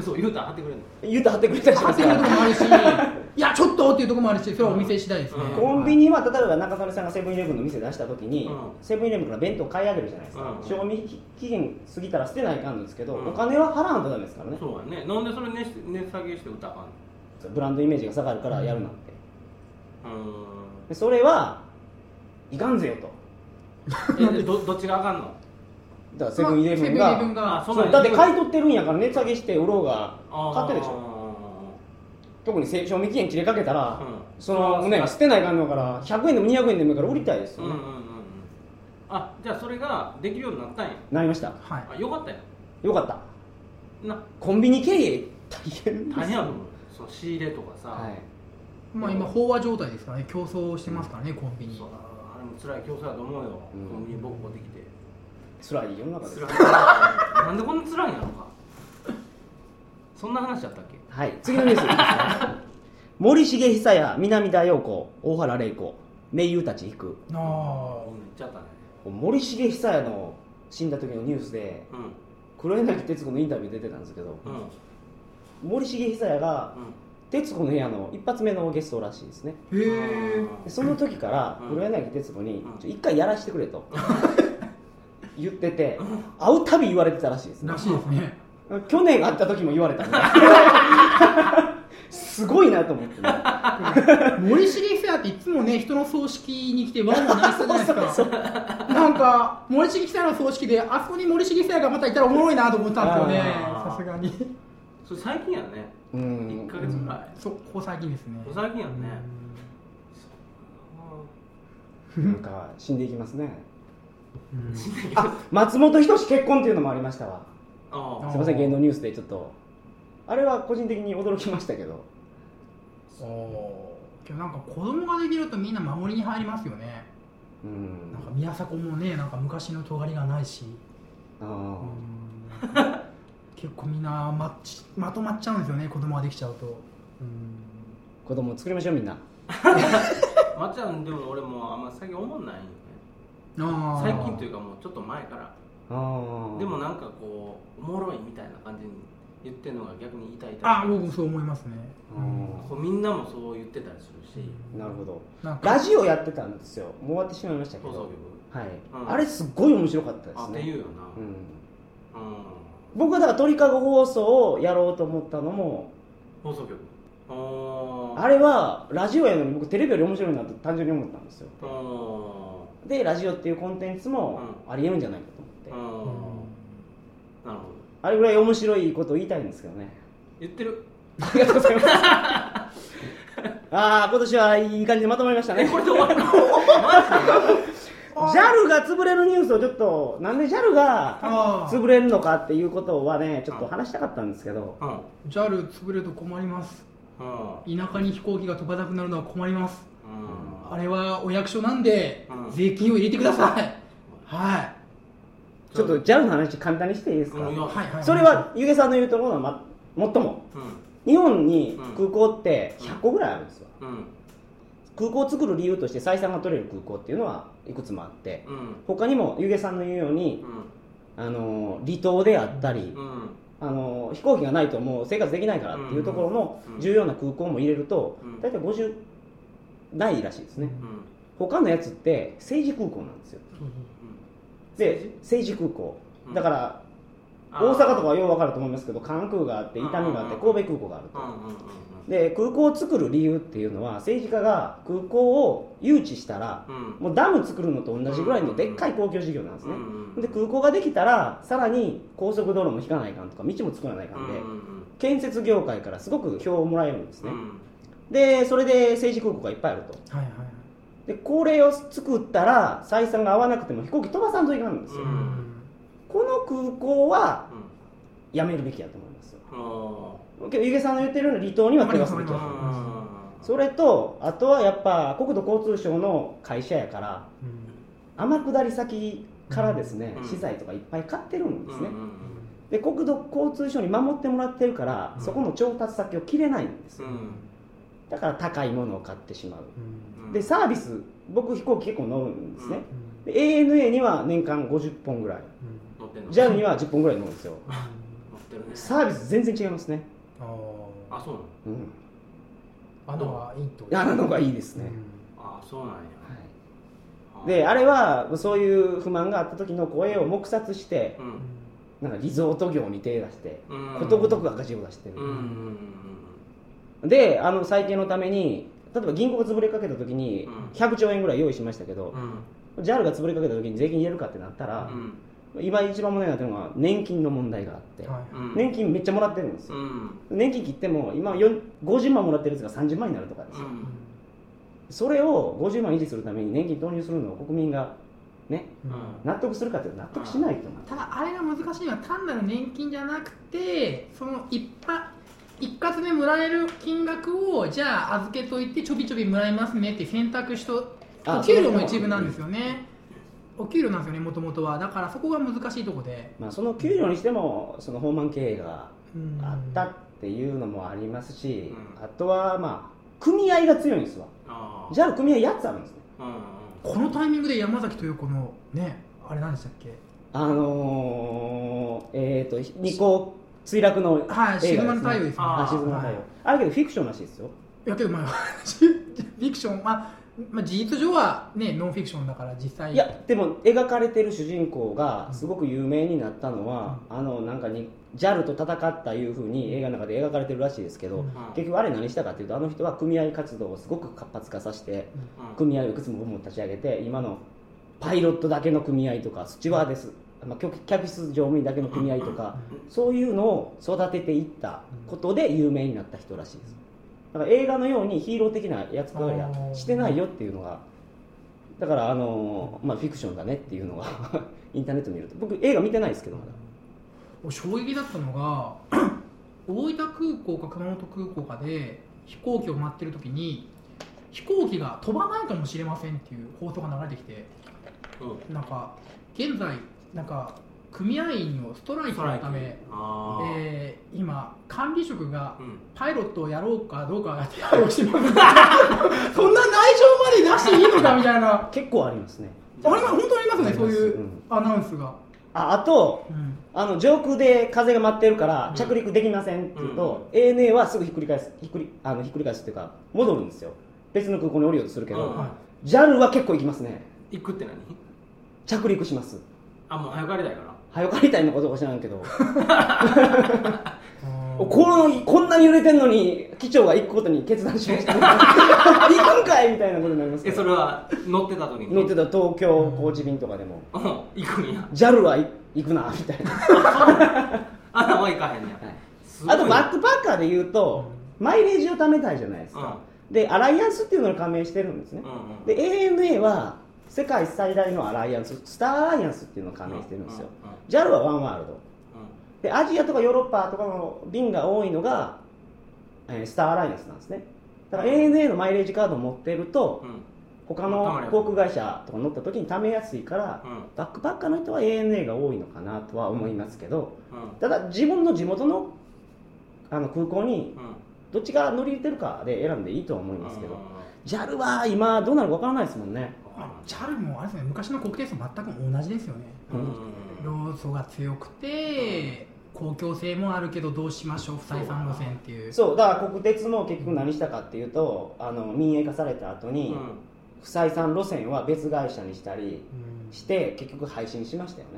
[SPEAKER 2] 嘘言うたら貼ってくれるの
[SPEAKER 1] 言うと貼ってくれたりし
[SPEAKER 3] 張
[SPEAKER 1] ま
[SPEAKER 3] っ
[SPEAKER 1] す
[SPEAKER 3] て
[SPEAKER 1] か
[SPEAKER 3] くるとこ
[SPEAKER 1] ら
[SPEAKER 3] もあるし、いや、ちょっとっていうとこもあるし、それはお店次第ですね。
[SPEAKER 2] うん
[SPEAKER 1] コンビニは例えば中曽根さんがセブンイレブンの店出した時に、
[SPEAKER 2] うん
[SPEAKER 1] セブンイレブンから弁当買い上げるじゃないですか、
[SPEAKER 2] うん
[SPEAKER 1] 賞味期限過ぎたら捨てないかんですけど、
[SPEAKER 2] うん
[SPEAKER 1] お金は払わんとダメですからね
[SPEAKER 2] そうやねなんでそれ値し値下げして歌わ
[SPEAKER 1] ブランドイメージが下がるからやるなんて
[SPEAKER 2] んの
[SPEAKER 1] でそれはいかんぜよと
[SPEAKER 2] うーんえでどどっちがあかんの
[SPEAKER 1] だからセブンイレブンが,、
[SPEAKER 3] セブンイレブンが
[SPEAKER 2] あそう
[SPEAKER 1] そ
[SPEAKER 2] なん
[SPEAKER 1] うだって
[SPEAKER 2] 書
[SPEAKER 1] 買い取ってるんやから値下げして売ろうが買ってるでしょ
[SPEAKER 2] ょ
[SPEAKER 1] 特にせ賞味期限切れかけたら、
[SPEAKER 2] うん
[SPEAKER 1] そのね捨てないかんのから100円でも200円でもいいから売りたいです
[SPEAKER 2] う
[SPEAKER 1] よ
[SPEAKER 2] んうん
[SPEAKER 1] ね、
[SPEAKER 2] うんうんあじゃあそれができるようになったんや
[SPEAKER 1] なりました
[SPEAKER 3] はい。
[SPEAKER 2] あよかったよ
[SPEAKER 1] よかった
[SPEAKER 2] な
[SPEAKER 1] コンビニ経営大変です
[SPEAKER 2] 何やろその仕入れとかさ、
[SPEAKER 1] はい
[SPEAKER 3] まあ今、飽和状態ですからね、競争してますからね、コンビニ
[SPEAKER 2] そう。だあれも辛い競争だと思うよ、
[SPEAKER 1] うん
[SPEAKER 2] コンビニボコボコできて
[SPEAKER 1] 辛い世の中です
[SPEAKER 2] 辛いなんでこんな辛いんやろかそんな話やったっけ
[SPEAKER 1] はい、次のニュース森重久也、南田陽子、大原玲子、名優たち行く
[SPEAKER 3] あ
[SPEAKER 2] もう
[SPEAKER 3] あ
[SPEAKER 2] 言っちゃったね
[SPEAKER 1] 森重久也の死んだ時のニュースで
[SPEAKER 2] うん
[SPEAKER 1] 黒柳徹子のインタビュー出てたんですけど
[SPEAKER 2] うんうん
[SPEAKER 1] 森重久也が徹子の部屋の一発目のゲストらしいですね
[SPEAKER 3] へえ。
[SPEAKER 1] でその時から
[SPEAKER 2] うん
[SPEAKER 1] 黒柳徹子に
[SPEAKER 2] うん
[SPEAKER 1] 「ちょ一回やらしてくれ」 と言ってて会うたび言われてたらしいですね
[SPEAKER 3] らしいですね。
[SPEAKER 1] 去年会った時も言われたんですごいなと思ってね
[SPEAKER 3] 森重久也っていつもね、人の葬式に来てワンワン泣いてたじゃないですか。なんか、森重久也の葬式で、あそこに森重久也がまたいたらおもろいなと思ったんですよね、
[SPEAKER 2] あー
[SPEAKER 3] さすがに。
[SPEAKER 2] それ最近やね
[SPEAKER 1] う
[SPEAKER 2] 1
[SPEAKER 1] ん
[SPEAKER 2] か月ぐらい、
[SPEAKER 3] そう、ここ最近ですね。
[SPEAKER 2] 最近やね
[SPEAKER 1] なんか死んでいきますね
[SPEAKER 3] うん
[SPEAKER 1] あ松本人志結婚っていうのもありましたわ
[SPEAKER 2] あ
[SPEAKER 3] あ
[SPEAKER 2] あ
[SPEAKER 1] すいません芸能ニュースでちょっとあれは個人的に驚きましたけど
[SPEAKER 3] おーけどなんか子供ができるとみんな守りに入りますよね
[SPEAKER 1] うん
[SPEAKER 3] なんか宮迫もねなんか昔の尖りがないし
[SPEAKER 1] あ
[SPEAKER 3] う
[SPEAKER 1] ー
[SPEAKER 3] ん結構みんなまっちまとまっちゃうんですよね子供ができちゃうとうん
[SPEAKER 1] 子供作りましょうみんな
[SPEAKER 2] まっちゃんでも俺もうあんま最近思んないよね
[SPEAKER 3] あ
[SPEAKER 2] 最近といううかもうちょっと前から
[SPEAKER 1] あー
[SPEAKER 2] でもなんかこうおもろいみたいな感じに言ってるのが逆に痛い痛い
[SPEAKER 3] あ僕もそう思いますね
[SPEAKER 1] あー
[SPEAKER 2] こうみんなもそう言ってたりするし
[SPEAKER 1] なるほど
[SPEAKER 3] なんか
[SPEAKER 1] ラジオやってたんですよもう終わってしまいましたけ
[SPEAKER 2] 放
[SPEAKER 1] ど
[SPEAKER 2] 送局
[SPEAKER 1] はい、
[SPEAKER 2] うん
[SPEAKER 1] あれすごい面白かったで
[SPEAKER 2] あ
[SPEAKER 1] す
[SPEAKER 2] って
[SPEAKER 1] ね
[SPEAKER 2] 言うよ
[SPEAKER 1] う
[SPEAKER 2] な、
[SPEAKER 1] ん、
[SPEAKER 2] うん、
[SPEAKER 1] 僕はだから鳥かご放送をやろうと思ったのも
[SPEAKER 2] 放送局あ
[SPEAKER 1] あれはラジオやのに僕テレビより面白いなと単純に思ったんですよ
[SPEAKER 2] あー
[SPEAKER 1] でラジオっていうコンテンツもありえるんじゃないかと思って、
[SPEAKER 2] あーなるほど
[SPEAKER 1] あれぐらい面白いことを言いたいんですけどね。
[SPEAKER 2] 言ってる
[SPEAKER 1] ありがとうございます。 ああ、今年はいい感じでまとまりましたね。
[SPEAKER 2] これで終わる のマジで
[SPEAKER 1] JAL が潰れるニュースをちょっと、なんで JAL が
[SPEAKER 3] あ
[SPEAKER 1] 潰れるのかっていうことはね、ちょっと話したかったんですけど、
[SPEAKER 2] うん
[SPEAKER 3] JAL 潰れると困ります
[SPEAKER 2] うん
[SPEAKER 3] 田舎に飛行機が飛ばなくなるのは困ります
[SPEAKER 2] うん
[SPEAKER 3] あれはお役所なんで、
[SPEAKER 2] うん
[SPEAKER 3] 税金を入れてくださいはい
[SPEAKER 1] ちょっとジャンの話簡単にしていいですか、
[SPEAKER 2] うんいやはいはい
[SPEAKER 1] それは湯気さんの言うところのまもっとも
[SPEAKER 2] う
[SPEAKER 1] 日本に
[SPEAKER 2] うん
[SPEAKER 1] 空港って100個ぐらいあるんですよ、
[SPEAKER 2] んうん
[SPEAKER 1] 空港を作る理由として採算が取れる空港っていうのはいくつもあって
[SPEAKER 2] うん
[SPEAKER 1] 他にも湯気さんの言うようにあの離島であったり
[SPEAKER 2] うんうん
[SPEAKER 1] あの飛行機がないともう生活できないからっていうところの
[SPEAKER 2] うんうん
[SPEAKER 1] 重要な空港も入れると
[SPEAKER 2] うん
[SPEAKER 1] 大体50ないらしいですね
[SPEAKER 2] うん
[SPEAKER 1] 他のやつって政治空港なんですよで政治空港
[SPEAKER 2] うん
[SPEAKER 1] だから
[SPEAKER 2] あー
[SPEAKER 1] 大阪とかはよう分かると思いますけど関空があって伊丹があって神戸空港がある
[SPEAKER 2] う
[SPEAKER 1] と
[SPEAKER 2] んうんうんうん
[SPEAKER 1] で空港を作る理由っていうのは政治家が空港を誘致したら
[SPEAKER 2] うん
[SPEAKER 1] もうダム作るのと同じぐらいのでっかい公共事業なんですね
[SPEAKER 2] うん
[SPEAKER 1] で空港ができたらさらに高速道路も引かないかんとか道も作らないかんで
[SPEAKER 2] うんうん
[SPEAKER 1] 建設業界からすごく票をもらえるんです
[SPEAKER 2] う
[SPEAKER 1] ね
[SPEAKER 2] ん
[SPEAKER 1] でそれで政治空港がいっぱいあると
[SPEAKER 3] はいはい
[SPEAKER 1] でこれを作ったら採算が合わなくても飛行機飛ばさんといかんんですよ
[SPEAKER 2] うん
[SPEAKER 1] この空港は
[SPEAKER 2] うん
[SPEAKER 1] やめるべきやと思いますよ
[SPEAKER 2] あ
[SPEAKER 1] けど、ゆげさんの言ってるような離島には手がすべき
[SPEAKER 2] ー
[SPEAKER 1] だ
[SPEAKER 3] う
[SPEAKER 1] と思い
[SPEAKER 3] ん
[SPEAKER 1] ます
[SPEAKER 2] う
[SPEAKER 1] そ
[SPEAKER 2] ん
[SPEAKER 1] れとあとはやっぱ国土交通省の会社やから天下り先からですね、
[SPEAKER 2] うん
[SPEAKER 1] 資材とかいっぱい買ってるんですね、
[SPEAKER 2] うんうん
[SPEAKER 1] で国土交通省に守ってもらってるから、
[SPEAKER 2] うん
[SPEAKER 1] そこの調達先を切れないんです
[SPEAKER 2] う
[SPEAKER 1] よ、
[SPEAKER 2] ん
[SPEAKER 1] だから高いものを買ってしまう、
[SPEAKER 2] うん
[SPEAKER 1] でサービス僕飛行機結構乗るんですね、
[SPEAKER 2] うん
[SPEAKER 1] で ANA には年間50本ぐらい
[SPEAKER 2] 乗ってんの
[SPEAKER 1] JAL には10本ぐらい乗るんですよ
[SPEAKER 2] 乗ってるね
[SPEAKER 1] サービス全然違いますね、
[SPEAKER 2] あそうなの
[SPEAKER 1] うん、
[SPEAKER 3] あのはいいと
[SPEAKER 1] あののがいいですね、
[SPEAKER 2] あそうなんや
[SPEAKER 1] は
[SPEAKER 2] あ
[SPEAKER 1] い、
[SPEAKER 2] ー
[SPEAKER 1] であれはそういう不満があった時の声を黙殺して
[SPEAKER 2] うん
[SPEAKER 1] なんかリゾート業に手出して
[SPEAKER 2] うん
[SPEAKER 1] ことごとく赤字を出してる
[SPEAKER 2] うんうん
[SPEAKER 1] であの再建のために例えば銀行が潰れかけた時に
[SPEAKER 2] うん
[SPEAKER 1] 100兆円ぐらい用意しましたけ
[SPEAKER 2] う
[SPEAKER 1] ど
[SPEAKER 2] んうん
[SPEAKER 1] JAL が潰れかけた時に税金入れるかってなったら
[SPEAKER 2] う、ん
[SPEAKER 1] 今一番問題になってるのは年金の問題があって、
[SPEAKER 2] うん
[SPEAKER 1] 年金めっちゃもらってるんです
[SPEAKER 2] う
[SPEAKER 1] よ、
[SPEAKER 2] ん
[SPEAKER 1] 年金切っても今よん50万もらってるやつが30万になるとかです
[SPEAKER 2] う
[SPEAKER 1] よ、
[SPEAKER 2] ん
[SPEAKER 1] それを50万維持するために年金投入するのを国民がね納得するかっていうと納得しないと思う、
[SPEAKER 3] ただあれが難しいのは単なる年金じゃなくてその一発一括でもらえる金額をじゃあ預けといてちょびちょびもらいますねって選択肢と
[SPEAKER 1] あ
[SPEAKER 3] お給料も一部なんですよねお給料なんですよねもともとはだからそこが難しいとこで、
[SPEAKER 1] まあ、その給料にしてもその訪問経営が
[SPEAKER 3] うん
[SPEAKER 1] あったっていうのもありますし、
[SPEAKER 2] うん
[SPEAKER 1] あとはまあ組合が強いんですわ
[SPEAKER 2] あー
[SPEAKER 1] じゃあ組合8つあるんですね
[SPEAKER 2] うんうん
[SPEAKER 3] このタイミングで山崎豊子のねあれ何でしたっけ
[SPEAKER 1] あのー、えっ、と二項墜落の
[SPEAKER 3] はい、シグマの
[SPEAKER 1] 映画
[SPEAKER 3] 太
[SPEAKER 1] ですね
[SPEAKER 3] 陽ですね
[SPEAKER 2] あ
[SPEAKER 1] あ沈む太陽あれけどフィクションらしいですよ
[SPEAKER 3] いやけどまあ フィクションまあ、まあ、事実上はねノンフィクションだから実際
[SPEAKER 1] いやでも描かれてる主人公がすごく有名になったのは、あのなんかに JAL と戦ったいうふうに映画の中で描かれてるらしいですけど、
[SPEAKER 3] うん
[SPEAKER 1] 結局あれ何したかっていうとあの人は組合活動をすごく活発化させて
[SPEAKER 2] うん
[SPEAKER 1] 組合をいくつも部門を立ち上げて今のパイロットだけの組合とかスチュワーです、まあ、客客室乗務員だけの組合とか、そういうのを育てていったことで有名になった人らしいですだから映画のようにヒーロー的なやつかりは
[SPEAKER 3] あー
[SPEAKER 1] してないよっていうのがだからあのーまあフィクションだねっていうのが インターネット見ると僕映画見てないですけどまだ
[SPEAKER 3] 俺衝撃だったのが 大分空港か熊本空港かで飛行機を待ってる時に飛行機が飛ばないかもしれませんっていう放送が流れてきて
[SPEAKER 2] うん
[SPEAKER 3] なんか現在なんか組合員のストライキのため、
[SPEAKER 2] あー
[SPEAKER 3] えー今管理職が
[SPEAKER 2] うん
[SPEAKER 3] パイロットをやろうかどう か手配をしてますそんな内情まで出していいのかみたいな
[SPEAKER 1] 結構ありますね
[SPEAKER 3] あれは本当にありますねそう
[SPEAKER 1] あ
[SPEAKER 3] い
[SPEAKER 1] り
[SPEAKER 3] う
[SPEAKER 1] ま
[SPEAKER 3] アナウンスが、
[SPEAKER 1] ああと
[SPEAKER 3] うん
[SPEAKER 1] あの上空で風が待ってるから
[SPEAKER 2] うん
[SPEAKER 1] 着陸できませんって言うと、ANA はすぐひっくり返すひっくりあのひっくり返すっていうか戻るんですよ別の空港に降りようとするけど、
[SPEAKER 2] うん
[SPEAKER 1] JAL は結構行きますね
[SPEAKER 2] 行くって何
[SPEAKER 1] 着陸します
[SPEAKER 2] あもう早く帰りたいから
[SPEAKER 1] 早く帰りたいのかどうか知らんけど
[SPEAKER 3] うん
[SPEAKER 1] このこんなに揺れてんのに機長が行くことに決断しました 行くんかいみたいなことになりますか
[SPEAKER 2] え
[SPEAKER 1] ら
[SPEAKER 2] それは乗ってた時に
[SPEAKER 1] 乗ってた東京高知便とかでも
[SPEAKER 2] うん行くんや
[SPEAKER 1] JAL は行くなみたいな、は
[SPEAKER 2] あんなもん行かへんねや
[SPEAKER 1] い
[SPEAKER 2] すごい
[SPEAKER 1] あとバックパッカーで言うとマイレージを貯めたいじゃないですか、でアライアンスっていうのに加盟してるんですね
[SPEAKER 2] うん、うんうん
[SPEAKER 1] で ANA は世界最大のアライアンススターアライアンスっていうのを加盟してるんですよ
[SPEAKER 2] うんうん
[SPEAKER 1] JAL はワンワールド
[SPEAKER 2] うん
[SPEAKER 1] でアジアとかヨーロッパとかの便が多いのが、えースターアライアンスなんですねだから ANA のマイレージカードを持っていると
[SPEAKER 2] うん
[SPEAKER 1] 他
[SPEAKER 2] たまに
[SPEAKER 1] の
[SPEAKER 2] は
[SPEAKER 1] 航空会社とか乗った時に貯めやすいから
[SPEAKER 2] うんうん
[SPEAKER 1] バックパッカーの人は ANA が多いのかなとは思いますけどただ自分の地元のあの空港に
[SPEAKER 2] うん
[SPEAKER 1] どっちが乗り入れてるかで選んでいいとは思いますけ
[SPEAKER 2] う
[SPEAKER 1] ど
[SPEAKER 2] ん
[SPEAKER 1] JAL は今どうなるかわからないですもんね
[SPEAKER 3] まあ JAL もあれですね昔の国鉄と全く同じですよね
[SPEAKER 2] うん
[SPEAKER 3] 労組が強くて公共性もあるけどどうしましょう不採算路線っていう
[SPEAKER 1] そうだから国鉄も結局何したかっていうとあの民営化された後に
[SPEAKER 2] うん
[SPEAKER 1] 不採算路線は別会社にしたり
[SPEAKER 3] うん
[SPEAKER 1] して結局廃止にしましたよね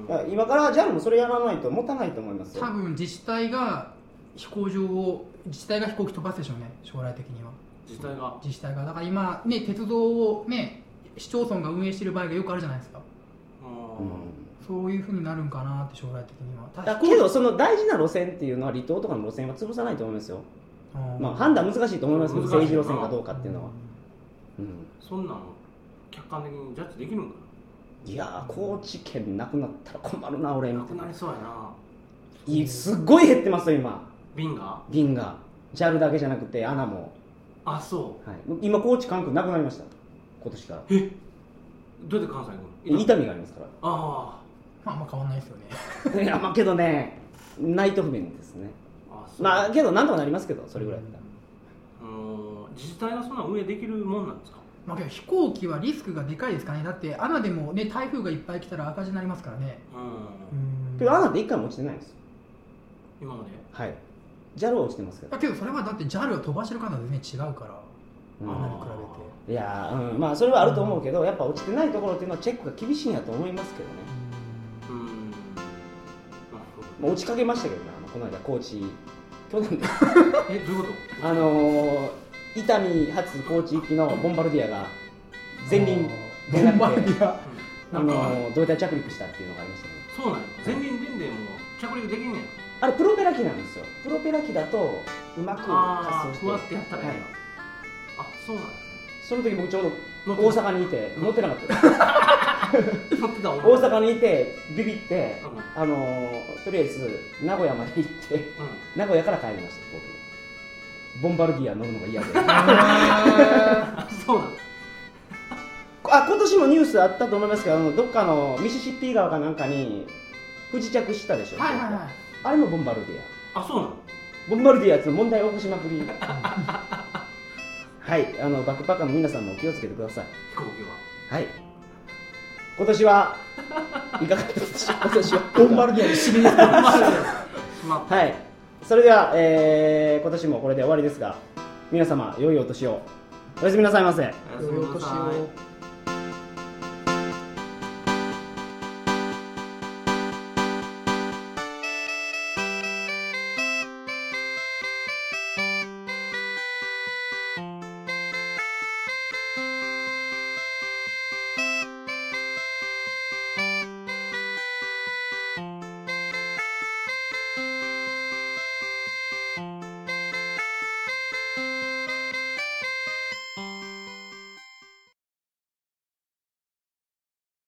[SPEAKER 2] うん
[SPEAKER 1] だから今から JAL もそれやらないと持たないと思いますよ
[SPEAKER 3] 多分自治体が飛行場を自治体が飛行機飛ばすでしょうね将来的には
[SPEAKER 2] 自体が
[SPEAKER 3] 自治体がだから今ね鉄道をね市町村が運営してる場合がよくあるじゃないですか
[SPEAKER 2] うん
[SPEAKER 1] うん
[SPEAKER 3] そういうふうになるんかなって将来的には
[SPEAKER 1] だけどその大事な路線っていうのは離島とかの路線は潰さないと思いますよ、
[SPEAKER 3] うん
[SPEAKER 1] まあ、判断難しいと思いますけど
[SPEAKER 2] 難
[SPEAKER 1] 政
[SPEAKER 2] しい
[SPEAKER 1] 治
[SPEAKER 2] な
[SPEAKER 1] 路線かどうかっていうのは、うん
[SPEAKER 2] そんなん客観的にジャッジできるんか
[SPEAKER 1] いやー高知県なくなったら困るな俺
[SPEAKER 2] な
[SPEAKER 1] み
[SPEAKER 2] な
[SPEAKER 1] たい
[SPEAKER 2] くな
[SPEAKER 1] な
[SPEAKER 2] りそうやない
[SPEAKER 1] すっごい減ってますよ今
[SPEAKER 2] 瓶が
[SPEAKER 1] 便が JAL だけじゃなくて ANA も、
[SPEAKER 2] あそ
[SPEAKER 1] はい、今高知関空なくなりました今年から
[SPEAKER 2] うどうやって関西行くの
[SPEAKER 1] 痛みがありますか
[SPEAKER 2] あ
[SPEAKER 3] まああんま変わんないですよね
[SPEAKER 1] ら いやまあけどねないと不便ですね
[SPEAKER 2] ーあそう
[SPEAKER 1] まあけどなんとかなりますけどそれぐらいだったら
[SPEAKER 2] うん自治体がそんなん運営できるもんなんですか
[SPEAKER 3] まあ、けど飛行機はリスクがでかいですからねだってアナでもね台風がいっぱい来たら赤字になりますからね
[SPEAKER 2] う
[SPEAKER 3] うんん
[SPEAKER 1] けど ANA って一回も落ちてないんですよ
[SPEAKER 2] 今まで
[SPEAKER 1] はい JAL は落ちてますけど、
[SPEAKER 3] だけどそれはだって JAL は飛ばしてる方は全然違うから
[SPEAKER 1] う
[SPEAKER 3] ア
[SPEAKER 1] ん
[SPEAKER 3] ナに比べて
[SPEAKER 1] いやー、うん、まあそれはあると思うけどやっぱ落ちてないところっていうのはチェックが厳しいんやと思いますけどね、
[SPEAKER 2] うんまあ
[SPEAKER 1] まあ、落ちかけましたけどねあのこの間高知去年です
[SPEAKER 2] えどういうこ
[SPEAKER 1] あのー、伊丹発高知行きのボンバルディアが前輪出な
[SPEAKER 3] ボンバ
[SPEAKER 1] く
[SPEAKER 3] ルデ
[SPEAKER 1] て、
[SPEAKER 3] ィア
[SPEAKER 1] あ
[SPEAKER 2] となんか
[SPEAKER 1] のー、胴体着陸したっていうのがありましたね
[SPEAKER 2] そうなんや前輪電でも着陸できんねん
[SPEAKER 1] あれプロペラ機なんですよプロペラ機だとうまく
[SPEAKER 2] あ
[SPEAKER 1] 滑
[SPEAKER 2] あ
[SPEAKER 1] 走し
[SPEAKER 2] ふ
[SPEAKER 1] て
[SPEAKER 2] わってやったらええ
[SPEAKER 1] はい
[SPEAKER 2] やんあそうなんや
[SPEAKER 1] その時僕ちょうど
[SPEAKER 2] 乗って
[SPEAKER 1] 大阪にいて乗ってなかったです
[SPEAKER 2] 乗ってた大
[SPEAKER 1] 大阪にいてビビって
[SPEAKER 2] うんうん
[SPEAKER 1] あのー、とりあえず名古屋まで行って 名古屋から帰りました飛行機でボンバルディア乗るのが 嫌で
[SPEAKER 2] あそうなん
[SPEAKER 1] あ今年もニュースあったと思いますけどあのどっかのミシシッピ川かなんかに不時着したでしょ、
[SPEAKER 3] はいはいはい
[SPEAKER 1] あれもボンバルディア
[SPEAKER 2] あそうなん
[SPEAKER 1] ボンバルディアって問題を起こしまく りはいあのバックパッカーの皆さんも気をつけてください
[SPEAKER 2] 飛行機は
[SPEAKER 1] はい今年 はいかがでしょう今年は
[SPEAKER 3] ボンバルディアにしびれ た
[SPEAKER 2] しまった
[SPEAKER 1] はいそれでは、えー今年もこれで終わりですが皆様良いお年をおやすみなさいませ
[SPEAKER 2] おやすみなさい